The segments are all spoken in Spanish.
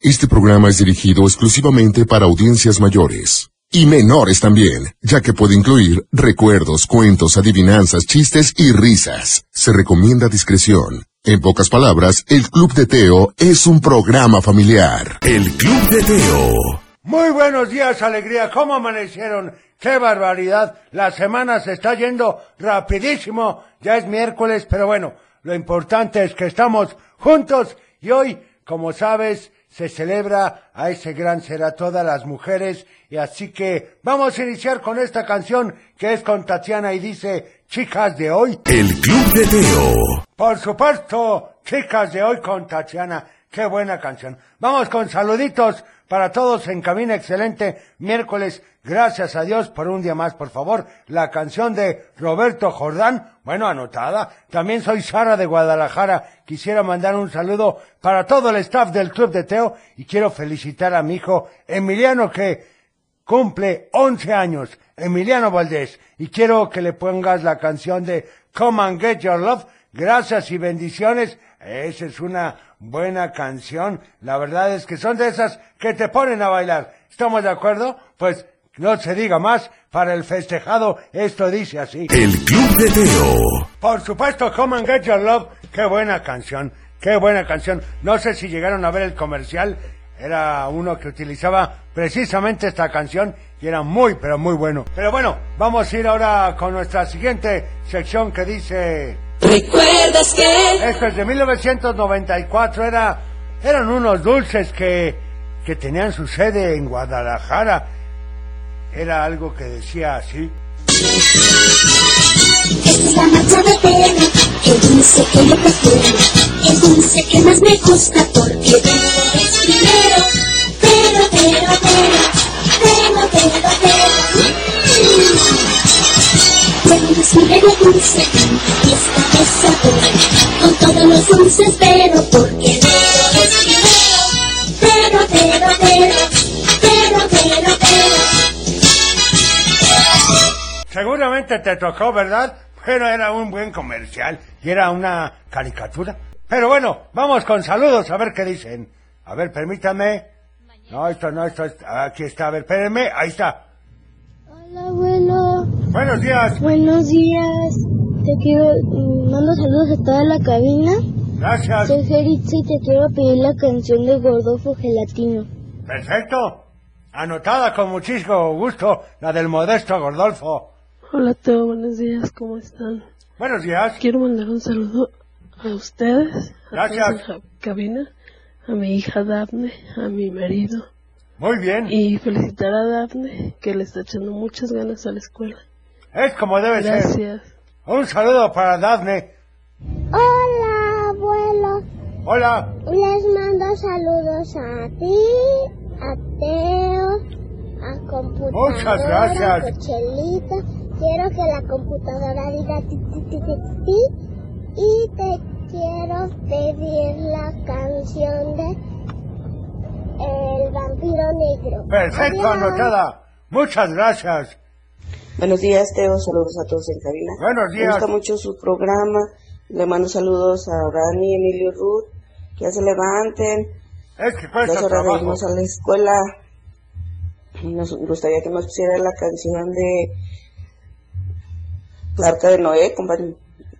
Este programa es dirigido exclusivamente para audiencias mayores. Y menores también, ya que puede incluir recuerdos, cuentos, adivinanzas, chistes y risas. Se recomienda discreción. En pocas palabras, el Club de Teo es un programa familiar. El Club de Teo. Muy buenos días, alegría. ¿Cómo amanecieron? ¡Qué barbaridad! La semana se está yendo rapidísimo. Ya es miércoles, pero bueno, lo importante es que estamos juntos y hoy, como sabes, se celebra a ese gran ser a todas las mujeres y así que vamos a iniciar con esta canción que es con Tatiana y dice Chicas de hoy. El Club de Teo. Por supuesto, chicas de hoy con Tatiana. Qué buena canción. Vamos con saluditos para todos en cabina. Excelente miércoles. Gracias a Dios por un día más, por favor. La canción de Roberto Jordán. Bueno, anotada. También soy Sara de Guadalajara. Quisiera mandar un saludo para todo el staff del Club de Teo y quiero felicitar a mi hijo Emiliano que cumple 11 años. Emiliano Valdés. Y quiero que le pongas la canción de Come and Get Your Love. Gracias y bendiciones. Esa es una buena canción. La verdad es que son de esas que te ponen a bailar. ¿Estamos de acuerdo? Pues no se diga más. Para el festejado esto dice así. El Club de Teo. Por supuesto, Come and Get Your Love. Qué buena canción. Qué buena canción. No sé si llegaron a ver el comercial. Era uno que utilizaba precisamente esta canción y era muy, pero muy bueno. Pero bueno, vamos a ir ahora con nuestra siguiente sección que dice... ¿Recuerdas que? Esto es de 1994, era, eran unos dulces que, que tenían su sede en Guadalajara. Era algo que decía así. Esta es la marcha de Tena, el dulce que yo prefiero, el dulce que más me gusta porque tú eres primero. Pero, pero, pero, pero, pero, pero. Mm. Bueno, sirve de dulce, fiesta de sabor, con todos los dulces, pero porque pero es primero. Pero, pero, pero, pero, pero, pero. Seguramente te tocó, ¿verdad? Pero era un buen comercial y era una caricatura. Pero bueno, vamos con saludos a ver qué dicen. A ver, permítame. No, esto no, esto es- aquí está, a ver, espérenme, ahí está. Hola, abuelo. Buenos días, Buenos días. Te quiero. mm, Mando saludos a toda la cabina. gracias. Soy Geritza y te quiero pedir la canción de Gordofo Gelatino. Perfecto. Anotada con muchísimo gusto la del modesto Gordolfo. Hola Teo, buenos días, ¿cómo están? Buenos días. Quiero mandar un saludo a ustedes, a todos Gracias. en la cabina, a mi hija Dafne, a mi marido Muy bien. y felicitar a Dafne que le está echando muchas ganas a la escuela. Es como debe ser. Gracias. Un saludo para Dafne. Hola, abuelo. Hola. Les mando saludos a ti, a Teo, a computadora, Muchas gracias. a Cochelito. Quiero que la computadora diga ti, ti, ti, ti, ti. Y te quiero pedir la canción de El vampiro negro. Perfecto, Adiós. anotada. Muchas gracias. Buenos días, Teo. Saludos a todos en cabina. Buenos Me días. gusta mucho su programa. Le mando saludos a Dani, Emilio y Ruth. Que ya se levanten. Es que Ya es cuesta hora de trabajo. irnos a la escuela. Nos gustaría que nos pusiera la canción de La Arca de Noé con, Van-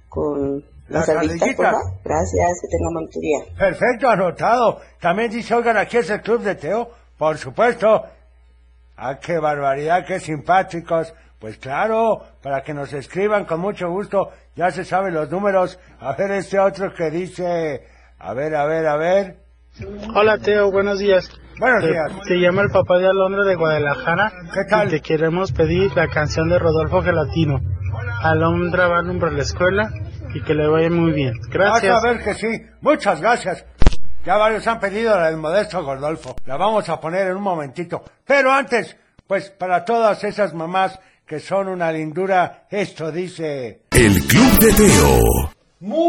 con La Manzanita, Candelita. porfa. Gracias. Que tengan buen día. Perfecto, anotado. También dice, oigan, aquí es el club de Teo. Por supuesto. Ah, qué barbaridad, qué simpáticos. Pues claro, para que nos escriban con mucho gusto. Ya se saben los números. A ver este otro que dice... A ver, a ver, a ver. Hola Teo, buenos días. Buenos Te- días. Te llama el papá de Alondra de Guadalajara. ¿Qué tal? Y te queremos pedir la canción de Rodolfo Gelatino. Alondra va rumbo a la escuela y que le vaya muy bien. Gracias. Vas Ah, a ver que sí. Muchas gracias. Ya varios han pedido la del modesto Gordolfo. La vamos a poner en un momentito. Pero antes, pues para todas esas mamás que son una lindura, esto dice... El Club de Teo. Muy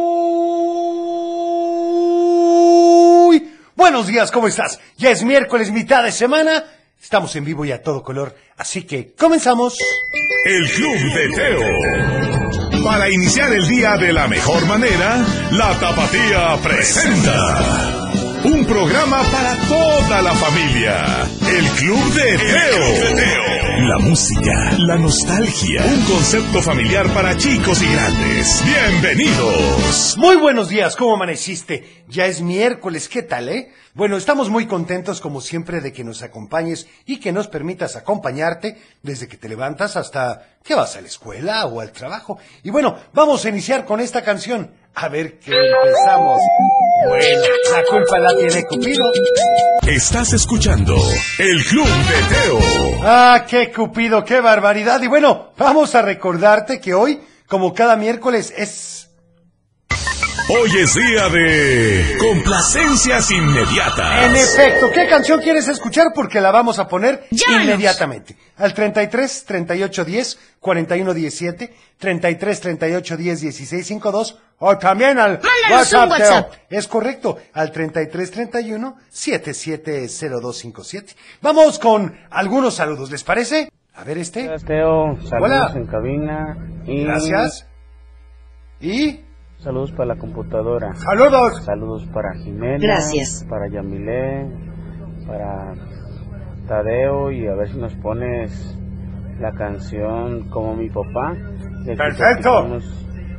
buenos días, ¿cómo estás? Ya es miércoles, mitad de semana. Estamos en vivo y a todo color, así que comenzamos. El Club de Teo. Para iniciar el día de la mejor manera, la Tapatía presenta Un programa para toda la familia. El Club de Teo. La música, la nostalgia. Un concepto familiar para chicos y grandes. Bienvenidos. Muy buenos días, ¿cómo amaneciste? Ya es miércoles, ¿qué tal, eh? Bueno, estamos muy contentos como siempre de que nos acompañes y que nos permitas acompañarte desde que te levantas hasta que vas a la escuela o al trabajo. Y bueno, vamos a iniciar con esta canción. A ver qué empezamos. Bueno, la culpa la tiene Cupido. Estás escuchando El Club de Teo. Ah, qué Cupido, qué barbaridad. Y bueno, vamos a recordarte que hoy, como cada miércoles, es Hoy es día de complacencias inmediatas. En efecto, ¿qué canción quieres escuchar? Porque la vamos a poner ¡Llanos! inmediatamente. Al 33 38 10 41 17, 33 38 10 16 52 o también al WhatsApp, WhatsApp. Es correcto, al 33 31 77 0257. Vamos con algunos saludos, ¿les parece? A ver este. Gracias, Teo. Saludos Hola. en cabina. Y... Gracias. Y Saludos para la computadora. Saludos. Saludos para Jimena. Gracias. Para Yamilé, para Tadeo y a ver si nos pones la canción como mi papá. De Perfecto.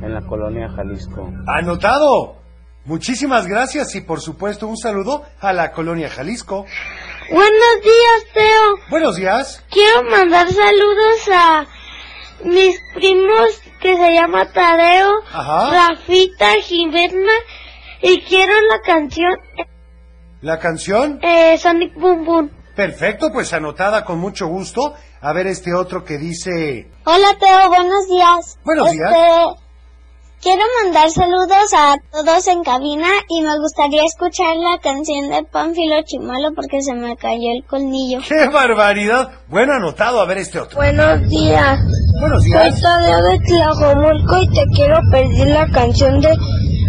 En la colonia Jalisco. Anotado. Muchísimas gracias y por supuesto un saludo a la colonia Jalisco. Buenos días, Teo. Buenos días. Quiero mandar saludos a mis primos que se llama Tadeo, Ajá. Rafita, Jimena y quiero la canción. ¿La canción? Eh, Sonic Boom Boom. Perfecto, pues anotada con mucho gusto. A ver este otro que dice... Hola Teo, buenos días. Buenos días. Este, quiero mandar saludos a todos en cabina y me gustaría escuchar la canción de Panfilo Chimalo porque se me cayó el colmillo. ¡Qué barbaridad! Bueno anotado, a ver este otro. Buenos días. Buenos días. Soy Tadeo de Tlajomulco y te quiero pedir la canción de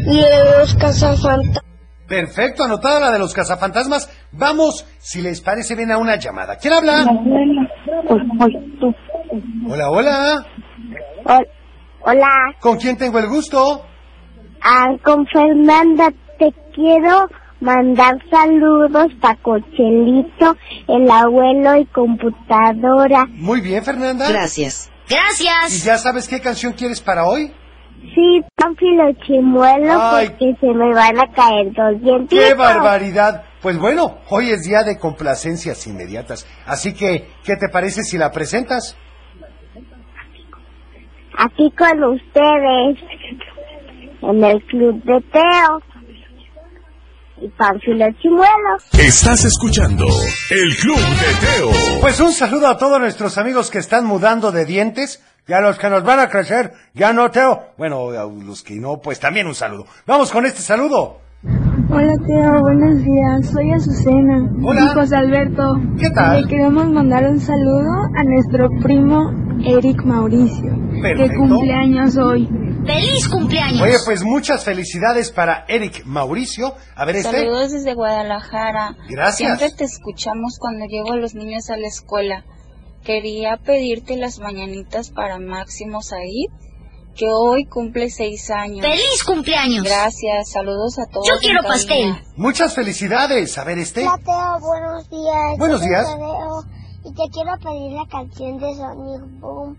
los cazafantasmas. Perfecto, anotada la de los cazafantasmas. Vamos, si les parece bien, a una llamada. ¿Quién habla? pues, Hola, hola. Hola. ¿Con quién tengo el gusto? Ah, con Fernanda. Te quiero mandar saludos para Cochelito, el abuelo y computadora. Muy bien, Fernanda. Gracias. Gracias. ¿Y ya sabes qué canción quieres para hoy? Sí, Pánfilo Chimuelo, Ay. porque se me van a caer dos dientes. ¡Qué barbaridad! Pues bueno, hoy es día de complacencias inmediatas. Así que, ¿qué te parece si la presentas? Aquí con ustedes, en el Club de Teo. Y Pánfilo Chimuelo. Estás escuchando el Club de Teo. Pues un saludo a todos nuestros amigos que están mudando de dientes. Y a los que nos van a crecer, ya no, Teo. Bueno, a los que no, pues también un saludo. Vamos con este saludo. Hola, Teo. Buenos días. Soy Azucena. Hola. Y José Alberto. ¿Qué tal? Le queremos mandar un saludo a nuestro primo Eric Mauricio. Perfecto. Que cumpleaños hoy. ¡Feliz cumpleaños! Oye, pues muchas felicidades para Eric Mauricio. A ver, este. Saludos desde Guadalajara. Gracias. Siempre te escuchamos cuando llevo a los niños a la escuela quería pedirte las mañanitas para Máximo Said, que hoy cumple seis años. ¡Feliz cumpleaños! Gracias, saludos a todos. Yo quiero pastel. Muchas felicidades. A ver, este. Hola, Teo, buenos días. Buenos días. Teo, y te quiero pedir la canción de Sonic Boom.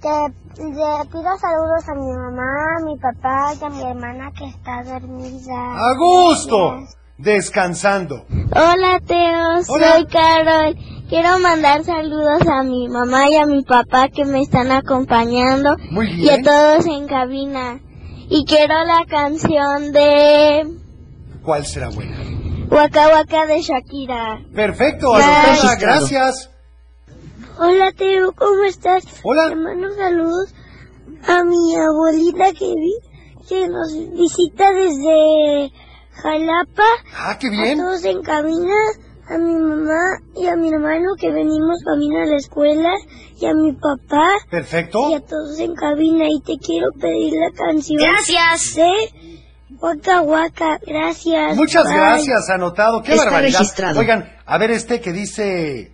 Te, le pido saludos a mi mamá, a mi papá y a mi hermana que está dormida. ¡A gusto! Gracias. Descansando. Hola, Teo. Soy Hola. Carol. Quiero mandar saludos a mi mamá y a mi papá que me están acompañando. Muy bien. Y a todos en cabina. Y quiero la canción de... ¿Cuál será buena? Waka Waka de Shakira. Perfecto, Alopecia, gracias. Hola Teo, ¿cómo estás? Hola. Te mando saludos a mi abuelita que, vi, que nos visita desde Jalapa. Ah, qué bien. A todos en cabina a mi mamá y a mi hermano que venimos camino a la escuela y a mi papá. Perfecto. Y a todos en cabina y te quiero pedir la canción. Gracias. De Waka Waka, gracias. Muchas Bye. gracias, anotado. Qué Está barbaridad. registrado. Oigan, a ver este que dice...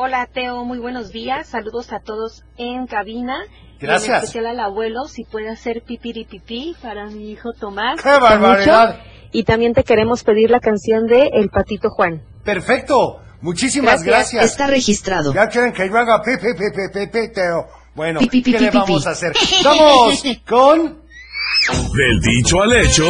Hola Teo, muy buenos días. Saludos a todos en cabina. Gracias. Y en especial al abuelo, si puede hacer pipiripipi para mi hijo Tomás. ¡Qué barbaridad! Mucho y también te queremos pedir la canción de El Patito Juan. Perfecto. Muchísimas gracias. Gracias. Está registrado. Ya quieren que yo haga pi, pi, pi, pi, pi, teo. Bueno, Pi, pi, pi, ¿qué pi, le pi, vamos pi. a hacer? Vamos con... Del dicho al hecho,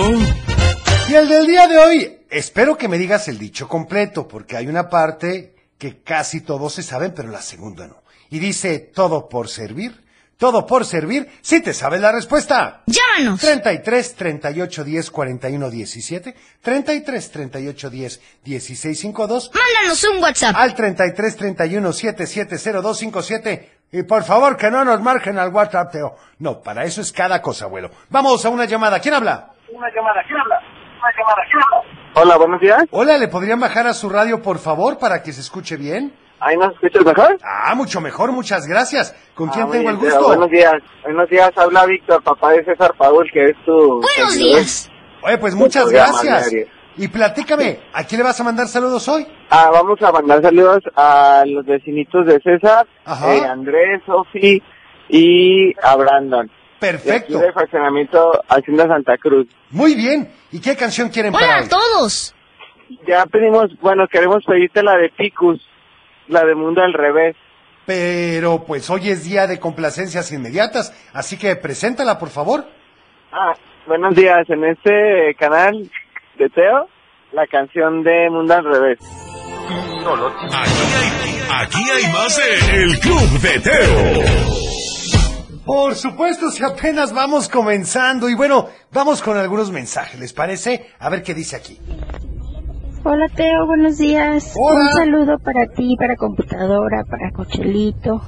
Y el del día de hoy. Espero que me digas el dicho completo, porque hay una parte que casi todos se saben, pero la segunda no. Y dice, todo por servir, todo por servir, si te sabes la respuesta. Llámanos. 33 38 10 41 17 33 38 10 16 52 Mándanos un WhatsApp al 33 31 7702 57 y por favor que no nos marquen al WhatsApp Teo. No, para eso es cada cosa, abuelo. Vamos a una llamada. ¿Quién habla? Una llamada, ¿quién habla? Una llamada, ¿quién habla? Hola, buenos días. Hola, ¿le podrían bajar a su radio, por favor, para que se escuche bien? ¿Ahí nos escuchas mejor? Ah, mucho mejor, muchas gracias. ¿Con quién Ah, tengo el buenos días, gusto? Buenos días, buenos días, habla Víctor, papá de César Paul, que es tu... Buenos tu- días. Oye, pues muchas Muchas gracias. gracias. Y platícame, ¿a quién le vas a mandar saludos hoy? Ah, vamos a mandar saludos a los vecinitos de César, Ajá. eh, Andrés, Sofi y a Brandon. Perfecto. De aquí del fraccionamiento Hacienda Santa Cruz. Muy bien. ¿Y qué canción quieren para hoy? todos. Ya pedimos, bueno, queremos pedirte la de Picus, la de Mundo al Revés. Pero pues hoy es día de complacencias inmediatas, así que preséntala, por favor. Ah, buenos días, en este canal de Teo, la canción de Mundo al Revés. aquí hay más de El Club de Teo. Por supuesto, si apenas vamos comenzando. Y bueno, vamos con algunos mensajes, ¿les parece? A ver qué dice aquí. Hola Teo, buenos días. Hola. Un saludo para ti, para computadora, para Cochelito.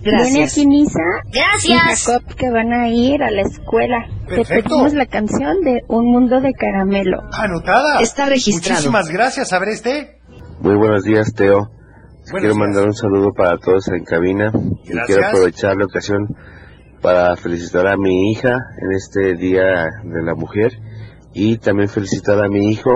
Gracias. Viene aquí Nisa Gracias. y Jacob que van a ir a la escuela. Te Perfecto. pedimos la canción de Un Mundo de Caramelo. Anotada. Está registrado. Muchísimas gracias. A ver este. Muy buenos días, Teo. quiero mandar un saludo para todos en cabina y Gracias. quiero aprovechar la ocasión para felicitar a mi hija en este Día de la Mujer y también felicitar a mi hijo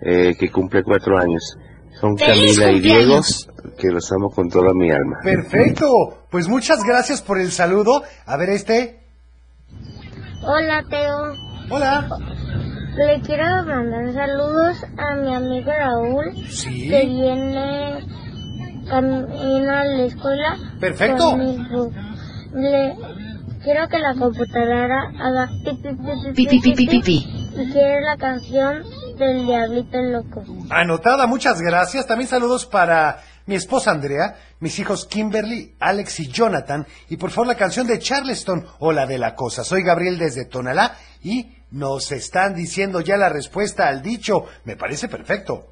eh, que cumple cuatro años. Son ¡Feliz Camila y Diego, cumpleaños! que los amo con toda mi alma. Perfecto. Pues muchas gracias por el saludo. A ver este. Hola, Teo. Hola. Le quiero mandar saludos a mi amigo Raúl, Sí. que viene camino a la escuela. Perfecto. con el bus. Le quiero que la computadora haga pi, pi, Pi, pi, pi, pi, pi, pi. Y quiero la canción del Diablito Loco. Anotada, muchas gracias. También saludos para mi esposa Andrea, mis hijos Kimberly, Alex y Jonathan. Y por favor la canción de Charleston o la de la cosa. Soy Gabriel desde Tonalá y nos están diciendo ya la respuesta al dicho. Me parece perfecto.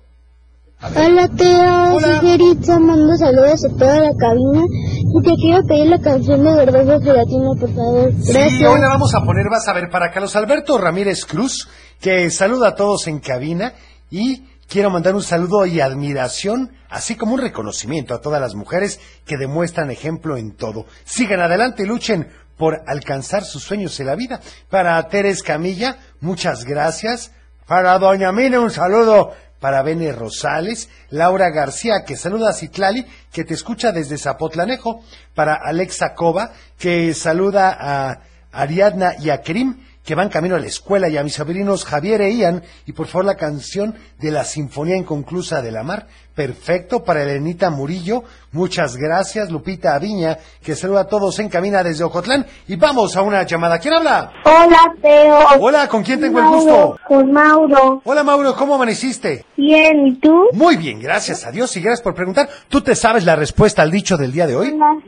Hola Teo, soy Geritza, mando saludos a toda la cabina y te quiero pedir la canción de Verdoso Gelatina, por favor. Gracias. Sí, hoy la vamos a poner, vas a ver, para Carlos Alberto Ramírez Cruz, que saluda a todos en cabina y quiero mandar un saludo y admiración, así como un reconocimiento a todas las mujeres que demuestran ejemplo en todo. Sigan adelante y luchen por alcanzar sus sueños en la vida. Para Teres Camilla, muchas gracias. Para Doña Mina, un saludo. Para Bene Rosales, Laura García, que saluda a Citlali, que te escucha desde Zapotlanejo. Para Alexa Cova, que saluda a Ariadna y a Krim, que van camino a la escuela. Y a mis sobrinos Javier e Ian. Y por favor, la canción de la Sinfonía Inconclusa de la Mar. Perfecto. Para Elenita Murillo, muchas gracias. Lupita Aviña, que saluda a todos en camina desde Ocotlán. Y vamos a una llamada. ¿Quién habla? Hola, Teo. Hola, ¿con quién tengo el gusto? Con Mauro. Hola Mauro, ¿cómo amaneciste? Bien, ¿y tú? Muy bien, gracias a Dios y gracias por preguntar. ¿Tú te sabes la respuesta al dicho del día de hoy? Hola.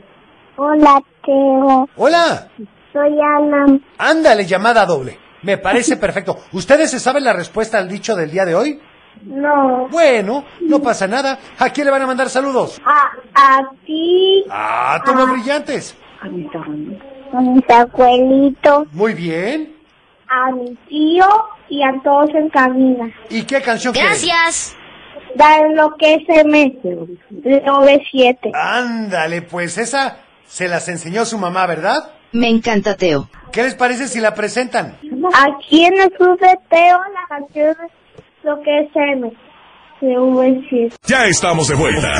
Hola, Teo. Hola, Soy Ana. ándale, llamada doble. Me parece perfecto. ¿Ustedes se saben la respuesta al dicho del día de hoy? No. Bueno, no pasa nada. ¿A quién le van a mandar saludos? A, a ti. Ah, toma brillantes. A mis abuelitos. Muy bien. A mi tío y a todos en cabina. ¿Y qué canción Gracias. Dan lo que se me. 9-7. Ándale, pues esa se las enseñó su mamá, ¿verdad? Me encanta Teo. ¿Qué les parece si la presentan? Aquí en el club de Teo la canción es lo que se me. CV7. Ya estamos de vuelta.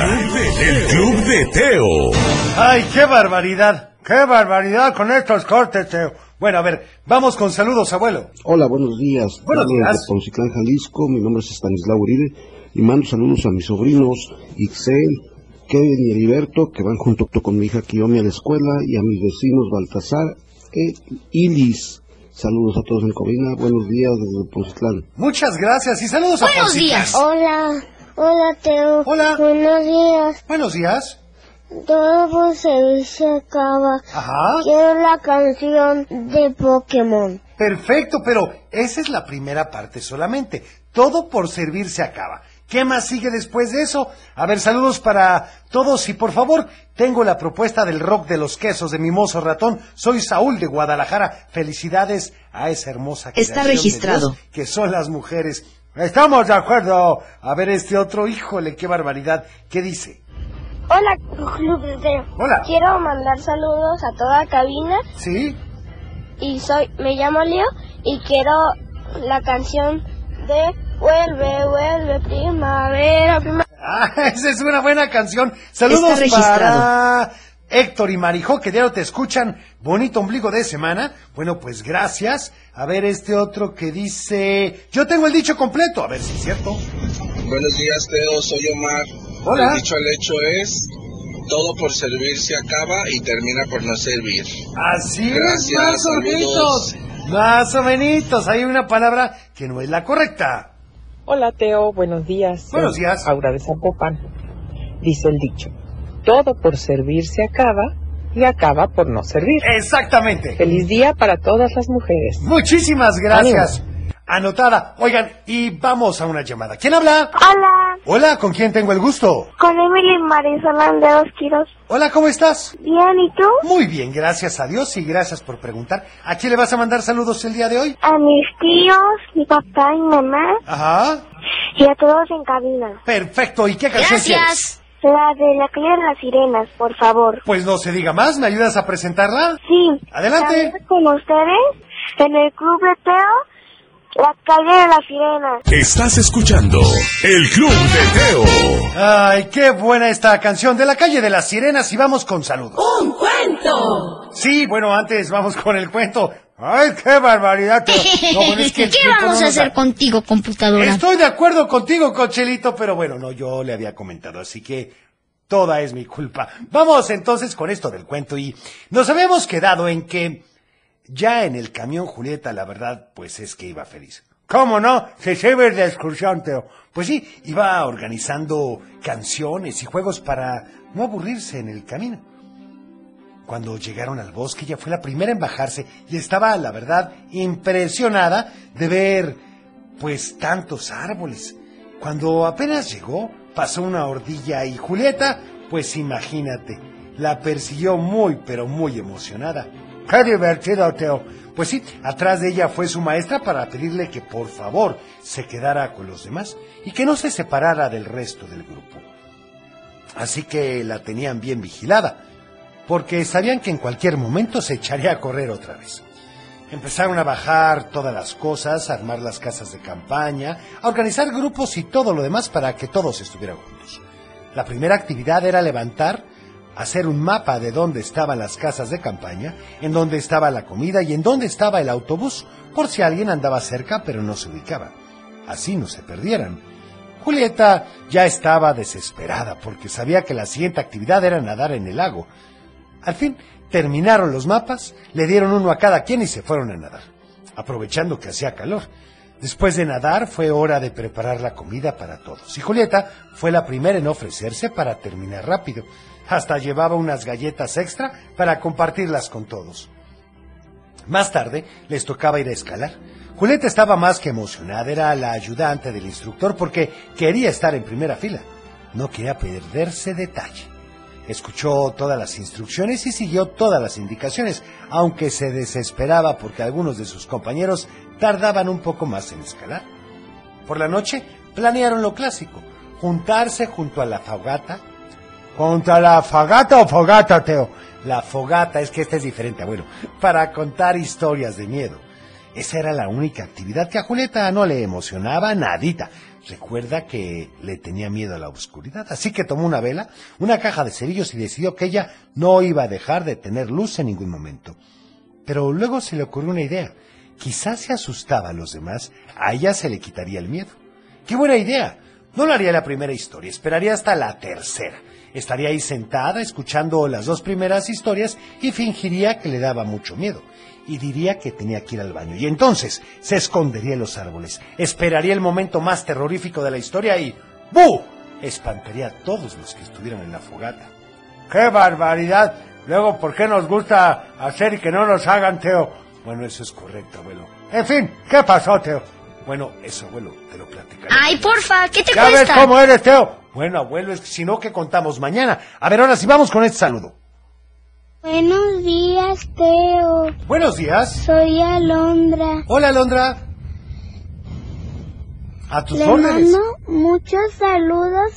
El Club de Teo. ¡Ay, qué barbaridad! ¡Qué barbaridad con estos cortes, Teo! Bueno, a ver, vamos con saludos, abuelo. Hola, buenos días. Buenos Daniel días. de Poncitlán, Jalisco. Mi nombre es Estanislao Uribe y mando saludos a mis sobrinos Ixel, Kevin y Heriberto, que van junto con mi hija Kiyomi a la escuela, y a mis vecinos Baltasar e Ilis. Saludos a todos en Covina. Buenos días desde Poncitlán. Muchas gracias y saludos a Oh, Poncitlán. Hola, hola Teo. Hola. Buenos días. Buenos días. Todo se se acaba. Ajá. Quiero la canción de Pokémon. Perfecto, pero esa es la primera parte solamente. Todo por servir se acaba. ¿Qué más sigue después de eso? A ver, saludos para todos y por favor, tengo la propuesta del rock de los quesos de Mimoso Ratón. Soy Saúl de Guadalajara. Felicidades a esa hermosa Está creación de registrado. Dios que son las mujeres. Estamos de acuerdo. A ver este otro, híjole, qué barbaridad. ¿Qué dice? Hola, Club de Teo. Hola. Quiero mandar saludos a toda cabina ¿Sí? y soy, me llamo Leo y quiero la canción de Vuelve, vuelve, primavera, primavera. Ah, esa es una buena canción. Saludos Está registrado. para Héctor y Marijó, que ya no te escuchan. Bonito ombligo de semana. Bueno, pues gracias. A ver este otro que dice... Yo tengo el dicho completo. A ver si es cierto. Buenos días, Teo. Soy Omar. Hola. El dicho al hecho es: todo por servir se acaba y termina por no servir. Así es, Gracias, más o saludos. menos. Más o menos. Hay una palabra que no es la correcta. Hola Teo, buenos días. Buenos días. Aura de Zapopan. Dice el dicho, todo por servir se acaba y acaba por no servir. Exactamente. Feliz día para todas las mujeres. Muchísimas gracias. Anotada. Oigan, y vamos a una llamada. ¿Quién habla? Hola, Hola, ¿con quién tengo el gusto? con Emily Marisol Andeos Quiroz. Hola, ¿cómo estás? Bien, ¿y tú? Muy bien, gracias a Dios y gracias por preguntar. ¿A quién le vas a mandar saludos el día de hoy? A mis tíos, mi papá y mamá, Ajá. y a todos en cabina. Perfecto, ¿y qué canción quieres? La de la calle de las sirenas, por favor. Pues no se diga más, ¿me ayudas a presentarla? Sí. Adelante. También Con ustedes, en el Club de Teo, la calle de las sirenas. Estás escuchando El Club de Teo. Ay, qué buena esta canción de la calle de las sirenas y vamos con saludos. ¡Un cuento! Sí, bueno, antes vamos con el cuento. Ay, qué barbaridad. pero- no, bueno, es que el ¿Qué tiempo vamos no a nos hacer da. contigo, computadora? Estoy de acuerdo contigo, Cochelito, pero bueno, no, yo le había comentado, así que toda es mi culpa. Vamos entonces con esto del cuento y nos habíamos quedado en que ya en el camión Julieta, la verdad, pues es que iba feliz. ¿Cómo no? Se sirve de excursión, Teo. Pues sí, iba organizando canciones y juegos para no aburrirse en el camino. Cuando llegaron al bosque, ella fue la primera en bajarse y estaba, la verdad, impresionada de ver, pues, tantos árboles. Cuando apenas llegó, pasó una ordilla y Julieta, pues imagínate, la persiguió muy, pero muy emocionada. ¡Qué divertido, Teo! Pues sí, atrás de ella fue su maestra para pedirle que por favor se quedara con los demás y que no se separara del resto del grupo. Así que la tenían bien vigilada porque sabían que en cualquier momento se echaría a correr otra vez. Empezaron a bajar todas las cosas, a armar las casas de campaña, a organizar grupos y todo lo demás para que todos estuvieran juntos. La primera actividad era levantar, hacer un mapa de dónde estaban las casas de campaña, en dónde estaba la comida y en dónde estaba el autobús, por si alguien andaba cerca pero no se ubicaba. Así no se perdieran. Julieta ya estaba desesperada porque sabía que la siguiente actividad era nadar en el lago. Al fin, terminaron los mapas, le dieron uno a cada quien y se fueron a nadar, aprovechando que hacía calor. Después de nadar fue hora de preparar la comida para todos, y Julieta fue la primera en ofrecerse para terminar rápido. Hasta llevaba unas galletas extra para compartirlas con todos. Más tarde les tocaba ir a escalar. Julieta estaba más que emocionada, era la ayudante del instructor porque quería estar en primera fila. No quería perderse detalle. Escuchó todas las instrucciones y siguió todas las indicaciones, aunque se desesperaba porque algunos de sus compañeros tardaban un poco más en escalar. Por la noche planearon lo clásico, juntarse junto a la fogata. ¿Junto a la fogata o fogata, Teo? La fogata, es que esta es diferente, bueno, para contar historias de miedo. Esa era la única actividad que a Julieta no le emocionaba nadita. Recuerda que le tenía miedo a la oscuridad, así que tomó una vela, una caja de cerillos y decidió que ella no iba a dejar de tener luz en ningún momento. Pero luego se le ocurrió una idea. Quizás se asustaba a los demás, a ella se le quitaría el miedo. ¡Qué buena idea! No lo haría la primera historia, esperaría hasta la tercera. Estaría ahí sentada escuchando las dos primeras historias y fingiría que le daba mucho miedo. Y diría que tenía que ir al baño. Y entonces se escondería en los árboles, esperaría el momento más terrorífico de la historia y ¡bu! Espantaría a todos los que estuvieran en la fogata. ¡Qué barbaridad! Luego, ¿por qué nos gusta hacer y que no nos hagan, Teo? Bueno, eso es correcto, abuelo. En fin, ¿qué pasó, Teo? Bueno, eso, abuelo, te lo platicaré. Ay, porfa, ¿qué te ¿Ya ves cuesta? cómo eres, Teo? Bueno, abuelo, es que si no, que contamos mañana? A ver, ahora sí, vamos con este saludo. Buenos días, Teo. Buenos días. Soy Alondra. Hola, Alondra. A tus Le órdenes. mando muchos saludos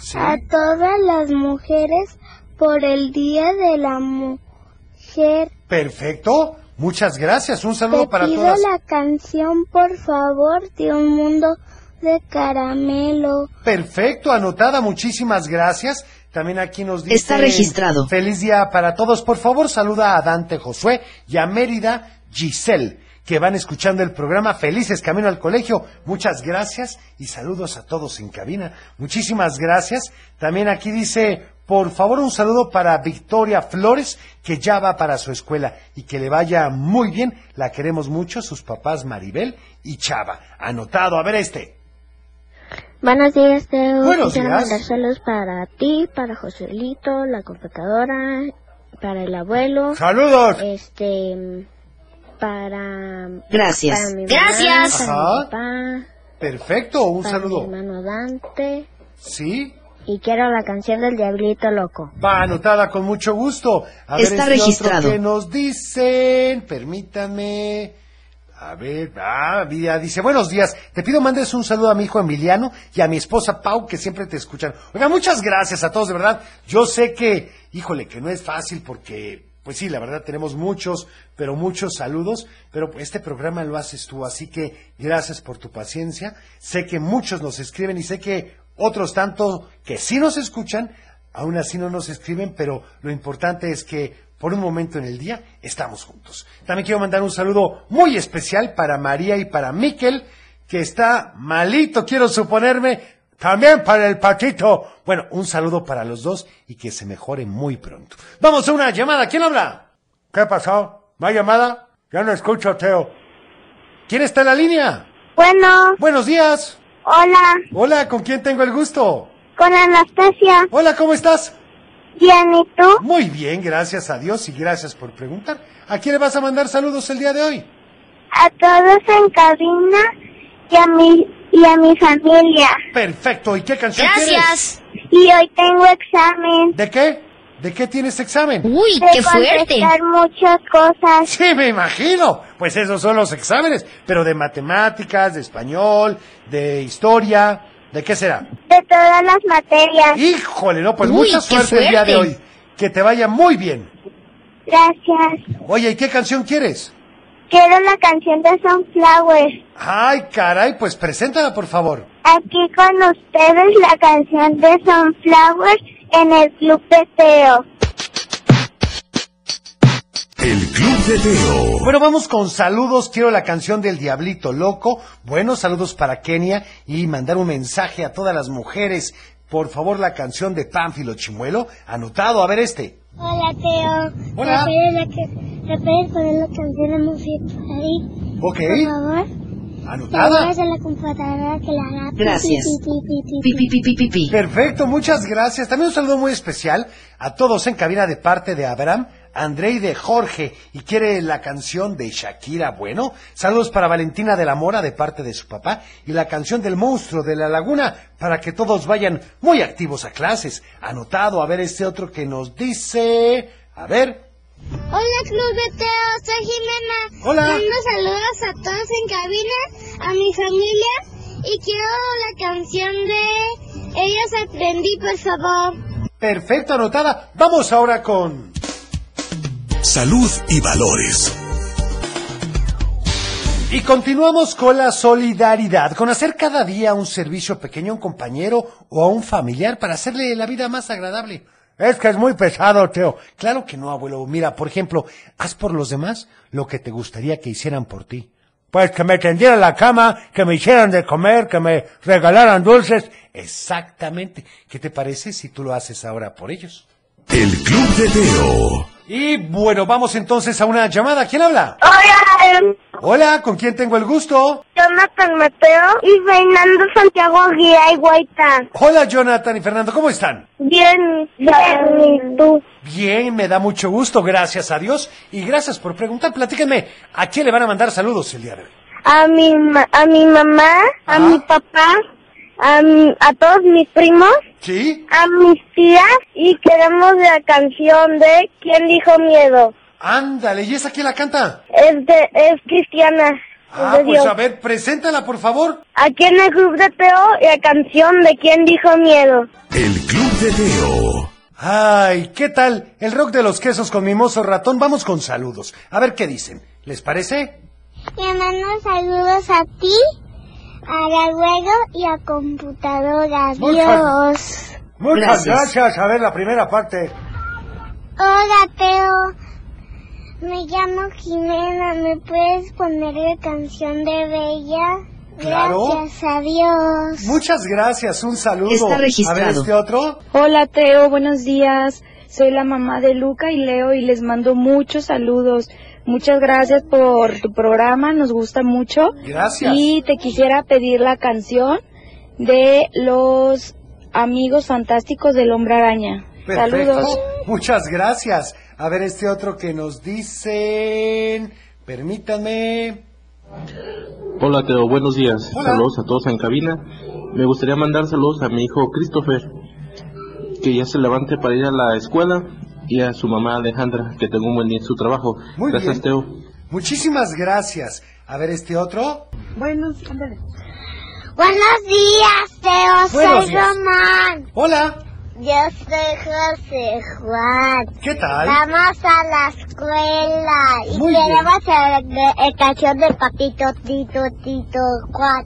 Sí. a todas las mujeres por el Día de la Mujer. Perfecto. Muchas gracias. Un saludo Te para pido todas. la canción, por favor, de un mundo de caramelo. Perfecto, anotada, muchísimas gracias. También aquí nos dice... Está registrado. Feliz día para todos. Por favor, saluda a Dante Josué y a Mérida Giselle, que van escuchando el programa Felices Camino al Colegio. Muchas gracias y saludos a todos en cabina. Muchísimas gracias. También aquí dice, por favor, un saludo para Victoria Flores, que ya va para su escuela y que le vaya muy bien. La queremos mucho, sus papás Maribel y Chava. Anotado, a ver este. Buenos días, Teo. Buenos Quisiera días. mandar saludos para ti, para Joselito, la computadora, para el abuelo. ¡Saludos! Este, para... Gracias. para mi mamá, Gracias. Para mi Ajá. papá, Perfecto, un para mi saludo. hermano Dante. Sí, Y quiero la canción del Diablito Loco. va anotada con mucho gusto. A ver este Está otro registrado. que nos dicen? Permítame. A ver, ah, mira, dice, buenos días, te pido mandes un saludo a mi hijo Emiliano y a mi esposa Pau, que siempre te escuchan. Oiga, muchas gracias a todos, de verdad. Yo sé que, híjole, que no es fácil porque, pues sí, la verdad tenemos muchos, pero muchos saludos, pero este programa lo haces tú, así que gracias por tu paciencia. Sé que muchos nos escriben y sé que otros tanto que sí nos escuchan, aún así no nos escriben, pero lo importante es que por un momento en el día estamos juntos. También quiero mandar un saludo muy especial para María y para Miquel, que está malito, quiero suponerme. También para el patito. Bueno, un saludo para los dos y que se mejore muy pronto. Vamos a una llamada. ¿Quién habla? ¿Qué pasó? ¿No hay llamada? Ya no escucho, Teo. ¿Quién está en la línea? Bueno. Buenos días. Hola. Hola, ¿con quién tengo el gusto? Con Anastasia. Hola, ¿cómo estás? Bien, ¿y tú? Muy bien, gracias a Dios y gracias por preguntar. ¿A quién le vas a mandar saludos el día de hoy? A todos en cabina y a mi, y a mi familia. Perfecto, ¿y qué canción quieres? Y hoy tengo examen. ¿De qué? ¿De qué tienes examen? Uy, De qué fuerte. contestar muchas cosas. Sí, me imagino. Pues esos son los exámenes, pero de matemáticas, de español, de historia, ¿de qué será? De todas las materias. Híjole, no, pues Uy, mucha qué suerte el día de fuerte. hoy. Que te vaya muy bien. Gracias. Oye, ¿y qué canción quieres? Quiero la canción de Sunflowers. Ay, caray, pues preséntala, por favor. Aquí con ustedes la canción de Sunflowers en el Club de Teo. El Club de Teo. Bueno, vamos con saludos. Quiero la canción del Diablito Loco. Buenos saludos para Kenia y mandar un mensaje a todas las mujeres. Por favor, la canción de Pánfilo Chimuelo. Anotado, a ver este. Hola, Teo. Hola. ¿Me puedes, la que, ¿Me puedes poner la canción de Mufi Party? Ok, Por favor. anotada. Te voy a la computadora que la hará. pi, Gracias. pi, pi, pi, pi, pi. Perfecto, muchas gracias. También un saludo muy especial a todos en cabina de parte de Abraham, André y de Jorge. Y quiere la canción de Shakira Bueno. Saludos para Valentina de la Mora de parte de su papá. Y la canción del monstruo de la laguna para que todos vayan muy activos a clases. Anotado, a ver este otro que nos dice. A ver. Hola Club de Teo, soy Jimena. Hola. Mando saludos a todos en cabina, a mi familia y quiero la canción de Ellos aprendí, por favor. Perfecto, anotada. Vamos ahora con. Salud y valores. Y continuamos con la solidaridad, con hacer cada día un servicio pequeño a un compañero o a un familiar para hacerle la vida más agradable. Es que es muy pesado, Teo. Claro que no, abuelo. Mira, por ejemplo, haz por los demás lo que te gustaría que hicieran por ti. Pues que me tendieran la cama, que me hicieran de comer, que me regalaran dulces. Exactamente. ¿Qué te parece si tú lo haces ahora por ellos? El Club de Teo. Y bueno, vamos entonces a una llamada. ¿Quién habla? Hola, em, Hola, ¿con quién tengo el gusto? Jonathan Mateo y Fernando Santiago Guía y Guaita. Hola, Jonathan y Fernando, ¿cómo están? Bien, bien, ¿y tú? Bien, me da mucho gusto, gracias a Dios. Y gracias por preguntar. Platíquenme, ¿a quién le van a mandar saludos el día de hoy? A mi, ma- a mi mamá, a mi papá, a, mi- a todos mis primos, ¿Sí? a mis tías y queremos la canción de ¿Quién dijo miedo? Ándale, ¿y esa quién la canta? Es, de, es cristiana. Ah, es de pues Dios. a ver, preséntala, por favor. Aquí en el club de Teo, la canción de ¿Quién dijo miedo? El Club de Teo. Ay, ¿qué tal? El rock de los quesos con mimoso ratón. Vamos con saludos. A ver qué dicen. ¿Les parece? Le mando saludos a ti, a Garuego y a computadora. Adiós. Muchas Gracias. gracias. A ver, la primera parte. Hola, Teo. Me llamo Jimena. ¿Me puedes poner la canción de Bella? Claro. Gracias, adiós. Muchas gracias. Un saludo. Está A ver, registrado. este otro. Hola Teo, buenos días. Soy la mamá de Luca y Leo y les mando muchos saludos. Muchas gracias por tu programa, nos gusta mucho. Gracias. Y te quisiera pedir la canción de los amigos fantásticos del hombre araña. Perfecto. Saludos. Muchas gracias. A ver, este otro que nos dicen. Permítanme. Hola Teo, buenos días. Hola. Saludos a todos en cabina. Me gustaría mandar saludos a mi hijo Christopher, que ya se levante para ir a la escuela, y a su mamá Alejandra, que tenga un buen día en su trabajo. Muy Gracias bien. Teo. Muchísimas gracias. A ver, este otro. Buenos, Buenos días, Teo. Buenos Soy días. Román. Hola. Yo soy José Juan. ¿Qué tal? Vamos a la escuela y Muy bien. queremos la la- la canción del papito Tito Tito Juan.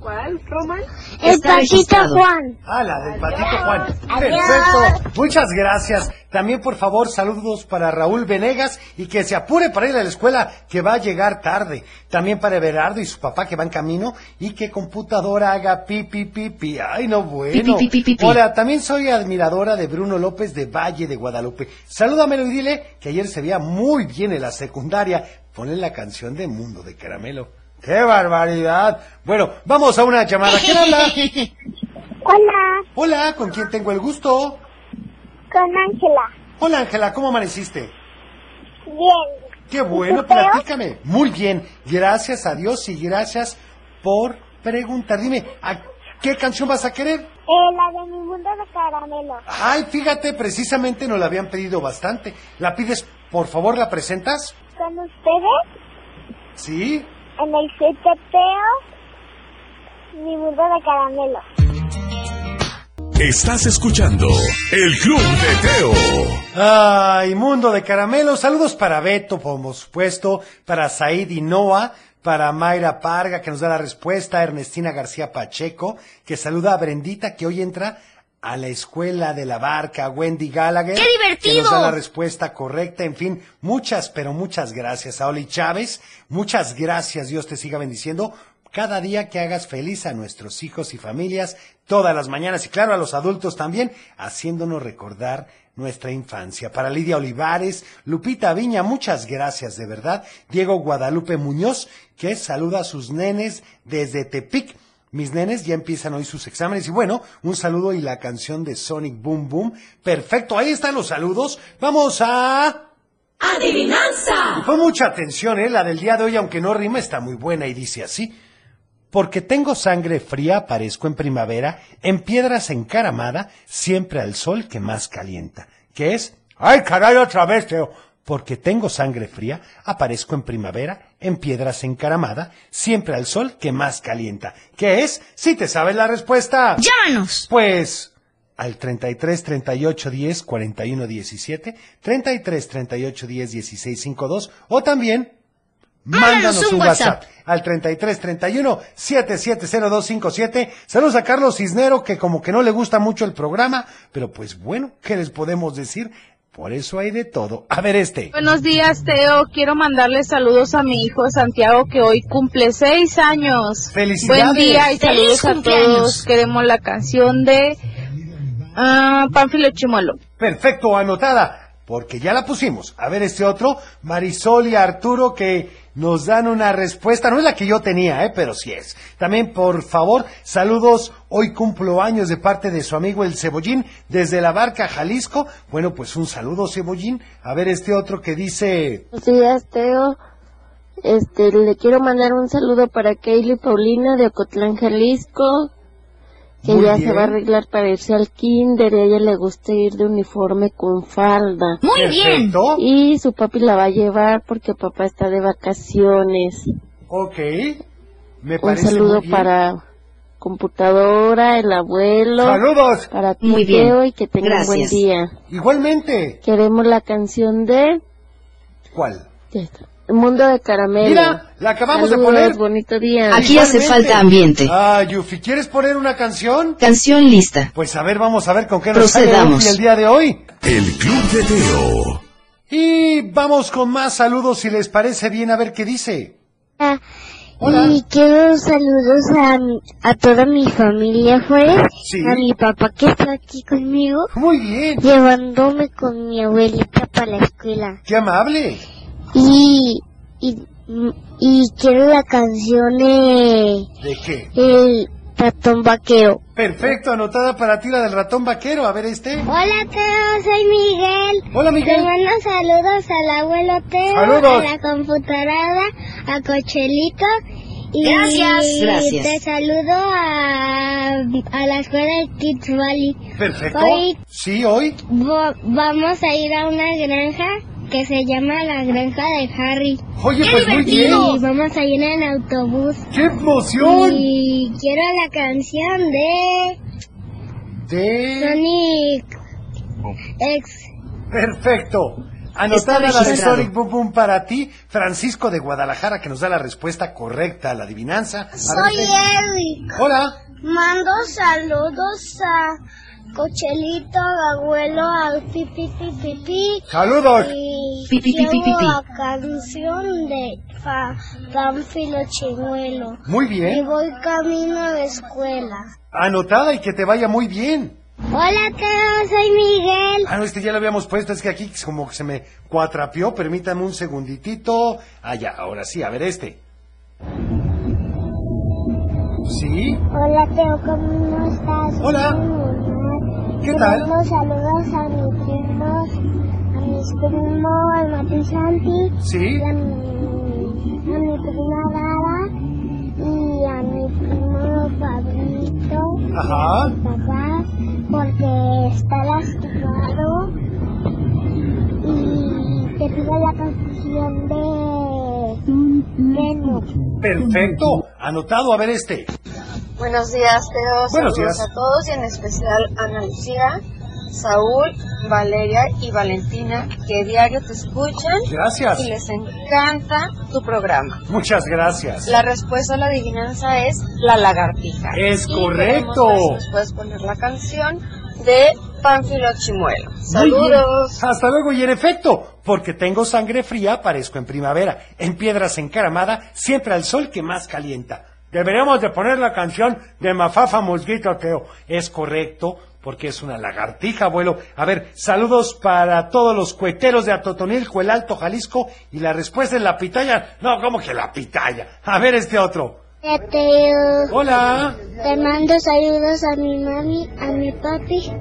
¿Cuál, Roman? El papito Juan. Ah, la del patito Juan. Adiós. Perfecto. Muchas gracias. También, por favor, saludos para Raúl Venegas y que se apure para ir a la escuela, que va a llegar tarde. También para Everardo y su papá que van camino y que computadora haga pi, pi, pi, pi. Ay, no, bueno. Pi, pi, pi, pi, pi. Hola, también soy admiradora de Bruno López de Valle de Guadalupe. Salúdamelo y dile que ayer se veía muy bien en la secundaria. Ponle la canción de Mundo de Caramelo. ¡Qué barbaridad! Bueno, vamos a una llamada. ¿Quién habla? Hola, Hola, ¿con quién tengo el gusto? con Ángela. Hola Ángela, ¿cómo amaneciste? Bien. Qué bueno, ¿Y tú, Teo? platícame. Muy bien, gracias a Dios y gracias por preguntar. Dime, ¿a qué canción vas a querer? Eh, la de mi mundo de caramelo. Ay, fíjate, precisamente nos la habían pedido bastante. ¿La pides, por favor, la presentas? Con ustedes, ¿Sí? en el seteo, mi mundo de caramelo. Estás escuchando El Club de Teo. Ay, mundo de caramelo. Saludos para Beto, por supuesto, para Said y Noah, para Mayra Parga, que nos da la respuesta, Ernestina García Pacheco, que saluda a Brendita, que hoy entra a la escuela de la barca, Wendy Gallagher. ¡Qué divertido! Que nos da la respuesta correcta, en fin, muchas, pero muchas gracias. A Oli Chávez, muchas gracias. Dios te siga bendiciendo. Cada día que hagas feliz a nuestros hijos y familias, todas las mañanas, y claro, a los adultos también, haciéndonos recordar nuestra infancia. Para Lidia Olivares, Lupita Viña, muchas gracias de verdad. Diego Guadalupe Muñoz, que saluda a sus nenes desde Tepic. Mis nenes ya empiezan hoy sus exámenes y bueno, un saludo y la canción de Sonic Boom Boom. Perfecto, ahí están los saludos. Vamos a... ¡Adivinanza! Y pon mucha atención, ¿eh? La del día de hoy, aunque no rima, está muy buena y dice así. Porque tengo sangre fría, aparezco en primavera, en piedras encaramada, siempre al sol que más calienta. Que es, ay caray, otra vez, Teo. Porque tengo sangre fría, aparezco en primavera, en piedras encaramada, siempre al sol que más calienta. Que es, si te sabes la respuesta. Llámanos. Pues, al 33 38 10 41 17, 33 38 10 16 52, o también Mándanos un un WhatsApp WhatsApp. al 3331 770257. Saludos a Carlos Cisnero, que como que no le gusta mucho el programa, pero pues bueno, ¿qué les podemos decir? Por eso hay de todo. A ver este. Buenos días, Teo. Quiero mandarle saludos a mi hijo Santiago, que hoy cumple seis años. Felicidades. Buen día y Feliz saludos a cumpleaños. todos. Queremos la canción de ah, Pánfilo Chimuelo. Perfecto, anotada, porque ya la pusimos. A ver este otro, Marisol y Arturo que nos dan una respuesta, no es la que yo tenía, eh, pero sí es. También, por favor, saludos, hoy cumplo años de parte de su amigo el Cebollín desde la barca Jalisco. Bueno, pues un saludo, Cebollín. A ver este otro que dice... Buenos días, Teo. Este, le quiero mandar un saludo para Kaylee Paulina de Ocotlán, Jalisco, que Muy ya bien. se va a arreglar para irse al kinder y a ella le gusta ir de uniforme con falda. Muy bien. Perfecto. Y su papi la va a llevar porque papá está de vacaciones. Ok. Me Un parece muy saludo bien. para computadora, el abuelo. Saludos. Para ti, Muy bien. Teo, y que tenga un buen Gracias. día. Igualmente. Queremos la canción de... ¿Cuál? Ya está. El mundo de caramelo. Mira, la acabamos de Saludos, poner. bonito día. Igualmente. Ah, Yufi, ¿quieres poner una canción? Canción lista. Pues a ver, vamos a ver con qué nos sale Procedamos. Yufi el día de hoy. El Club de Teo. Y vamos con más saludos, si les parece bien, a ver qué dice. Y quiero saludos a, mi- a toda mi familia afuera, a mi papá que está aquí conmigo, Muy bien. llevándome con mi abuelita para la escuela. ¡Qué amable! Y, y, y quiero la canción eh, ¿De qué? El ratón vaquero. Perfecto, anotada para ti la del ratón vaquero. A ver este. Hola Teo, soy Miguel. Hola, Miguel. Te mando saludos al abuelo Teo, Saludos. a la computadora, a Cochelito. Y Gracias. Gracias. te saludo a, a la escuela de Kids Valley. Perfecto. Hoy Sí, hoy. vo- vamos a ir a una granja que se llama la granja de Harry. Oye, pues muy bien. Y vamos a ir en autobús. ¡Qué emoción! Y quiero la canción de De... Sonic X. Perfecto. Está Anotada la de registrado. Sonic Boom Boom para ti, Francisco de Guadalajara, que nos da la respuesta correcta a la adivinanza. A ver, Soy este. Eric. Hola. Mando saludos a Cochelito, abuelo, al pipi pipi pipi. Saludos. Y Pi, pi, pi, pi, quiero pi. la canción de Fa- Pánfilo Chimuelo. Muy Y bien. voy camino a la escuela. Anotada y que te vaya muy bien. Hola, Teo, soy Miguel. Ah, no, este ya lo habíamos puesto, es que aquí como que se me cuatrapió, permítame un segunditito. Ah, ya, ahora sí, a ver este. ¿Sí? Hola, Teo, ¿cómo estás? Hola. ¿Qué tal? Mando saludos a mis primos, a mis primos, al Mati Santi. Sí. y a mi, a mi prima Dara y a mi primo Pablito, Ajá. a mi papá, porque está lastimado. Y te pido la canción de Venus. Perfecto, anotado, a ver este. Buenos días, Teo. Buenos Saludos días. a todos y en especial a Ana Lucía, Saúl, Valeria y Valentina, que diario te escuchan. Gracias. Y les encanta tu programa. Muchas gracias. La respuesta a la adivinanza es la lagartija. Es Y correcto. queremos ver si nos puedes poner la canción de Pánfilo Chimuelo. Muy bien. Saludos. Hasta luego y en efecto, porque tengo sangre fría, parezco en primavera, en piedras encaramada, siempre al sol que más calienta. Deberíamos de poner la canción de Mafafa Mosquito Teo. Es correcto, porque es una lagartija, abuelo. A ver, saludos para todos los cueteros de Atotonilco, el Alto Jalisco, y la respuesta es la pitaya. No, ¿cómo que la pitaya? A ver este otro. Hola, Teo. Hola. Te mando saludos a mi mami, a mi papi,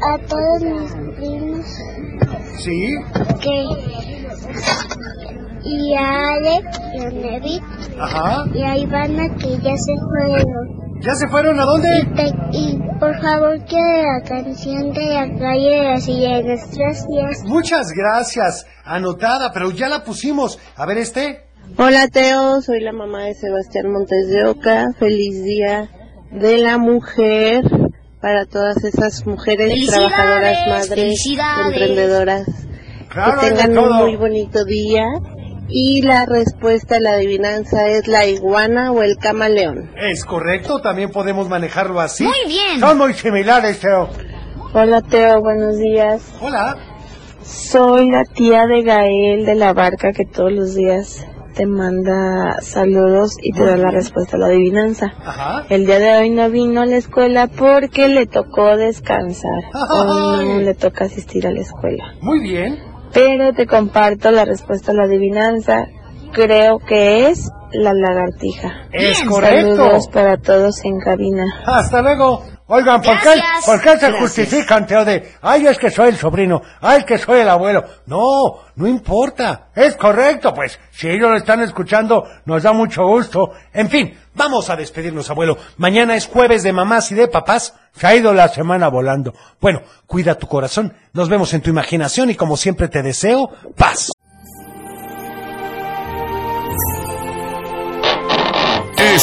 a, a todos mis primos Sí. que y a Ale y a Nevit Ajá. y a Ivana que ya se fueron. ¿Ya se fueron a dónde? Y, te- y por favor que la canción de la calle de las sirenas. Gracias. Muchas gracias. Anotada, pero ya la pusimos. A ver este. Hola Teo, soy la mamá de Sebastián Montes de Oca. Feliz día de la mujer para todas esas mujeres Felicidades, trabajadoras, madres, felicidades. emprendedoras. Claro, que de tengan todo. un muy bonito día Y la respuesta a la adivinanza es la iguana o el camaleón. Es correcto, también podemos manejarlo así. Muy bien. Son muy similares, Teo. Hola Teo, buenos días. Hola. Soy la tía de Gael de la barca que todos los días te manda saludos y te da la respuesta a la adivinanza. Ajá. El día de hoy no vino a la escuela porque le tocó descansar. Hoy no le toca asistir a la escuela. Muy bien. Pero te comparto la respuesta a la adivinanza. Creo que es la lagartija. Es correcto. Saludos para todos en cabina. Hasta luego. Oigan, ¿por qué, Gracias. por qué se Gracias. justifican, Teo, de, ay, es que soy el sobrino, ay, es que soy el abuelo? No, no importa, es correcto, pues, si ellos lo están escuchando, nos da mucho gusto. En fin, vamos a despedirnos, abuelo. Mañana es jueves de mamás y de papás, se ha ido la semana volando. Bueno, cuida tu corazón, nos vemos en tu imaginación y como siempre te deseo, paz. Es